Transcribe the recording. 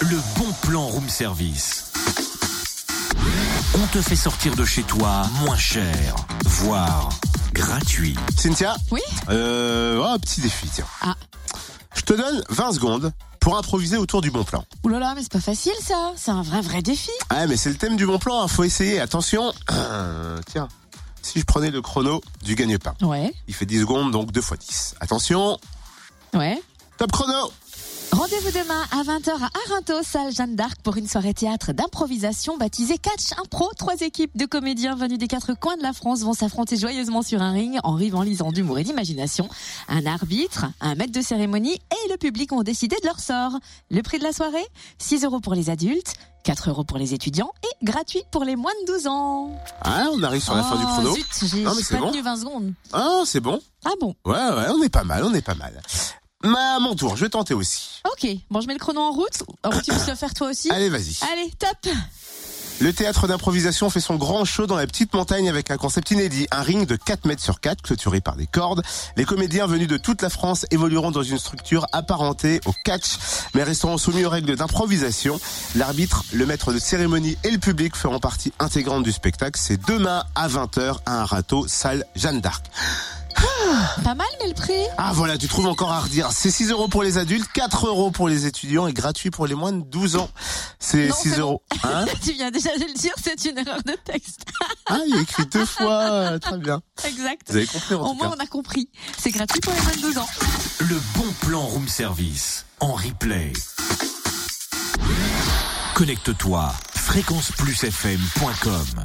le bon plan room service. On te fait sortir de chez toi moins cher, voire gratuit. Cynthia Oui Euh, oh, petit défi, tiens. Ah. Je te donne 20 secondes pour improviser autour du bon plan. Ouh là là, mais c'est pas facile ça. C'est un vrai vrai défi. Ah, mais c'est le thème du bon plan, hein, faut essayer, attention. Ah, tiens, si je prenais le chrono du gagne-pain, Ouais, il fait 10 secondes, donc 2 fois 10. Attention, ouais. top chrono Rendez-vous demain à 20h à Arinto, salle Jeanne d'Arc, pour une soirée théâtre d'improvisation baptisée Catch Impro. Trois équipes de comédiens venus des quatre coins de la France vont s'affronter joyeusement sur un ring en rivalisant d'humour et d'imagination. Un arbitre, un maître de cérémonie et le public ont décidé de leur sort. Le prix de la soirée 6 euros pour les adultes, 4 euros pour les étudiants et gratuit pour les moins de 12 ans. Ah, on arrive sur la fin du Oh, chrono. zut, j'ai Non, mais j'ai c'est pas bon. tenu 20 secondes. Ah, c'est bon. Ah bon Ouais, ouais, on est pas mal, on est pas mal. Ma, mon tour, je vais tenter aussi. Ok, bon, je mets le chrono en route. Alors, tu peux le faire toi aussi. Allez, vas-y. Allez, top Le théâtre d'improvisation fait son grand show dans la petite montagne avec un concept inédit, un ring de 4 mètres sur 4 clôturé par des cordes. Les comédiens venus de toute la France évolueront dans une structure apparentée au catch, mais resteront soumis aux règles d'improvisation. L'arbitre, le maître de cérémonie et le public feront partie intégrante du spectacle. C'est demain à 20h à un râteau, salle Jeanne d'Arc. Pas mal, mais le prix Ah voilà, tu trouves encore à redire. C'est 6 euros pour les adultes, 4 euros pour les étudiants et gratuit pour les moins de 12 ans. C'est Non, 6 c'est bon. euros. Hein Tu viens déjà de le dire, c'est une erreur de texte. ah, il est écrit deux fois. euh, Très bien. Exact. Vous avez compris en Au tout moins, cas. on a compris. C'est gratuit pour les moins de 12 ans. Le bon plan room service en replay. Connecte-toi fréquenceplusfm.com